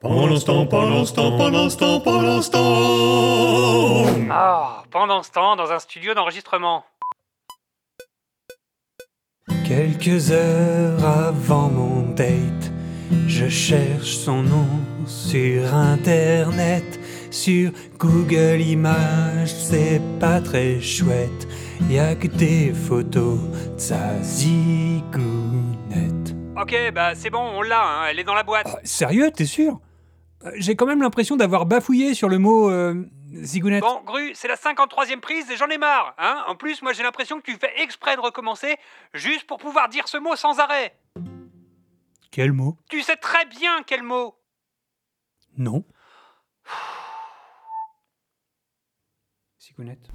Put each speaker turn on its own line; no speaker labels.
Pendant ce temps, pendant ce temps, pendant ce temps, pendant ce temps
Ah, pendant ce temps, dans un studio d'enregistrement.
Quelques heures avant mon date, je cherche son nom sur internet, sur Google Images, c'est pas très chouette. Y a que des photos de sa zigounette.
Ok, bah c'est bon, on l'a, hein, elle est dans la boîte.
Ah, sérieux, t'es sûr Euh, J'ai quand même l'impression d'avoir bafouillé sur le mot euh, zigounette.
Bon, Gru, c'est la 53e prise et j'en ai marre, hein En plus, moi j'ai l'impression que tu fais exprès de recommencer juste pour pouvoir dire ce mot sans arrêt.
Quel mot
Tu sais très bien quel mot
Non. Zigounette.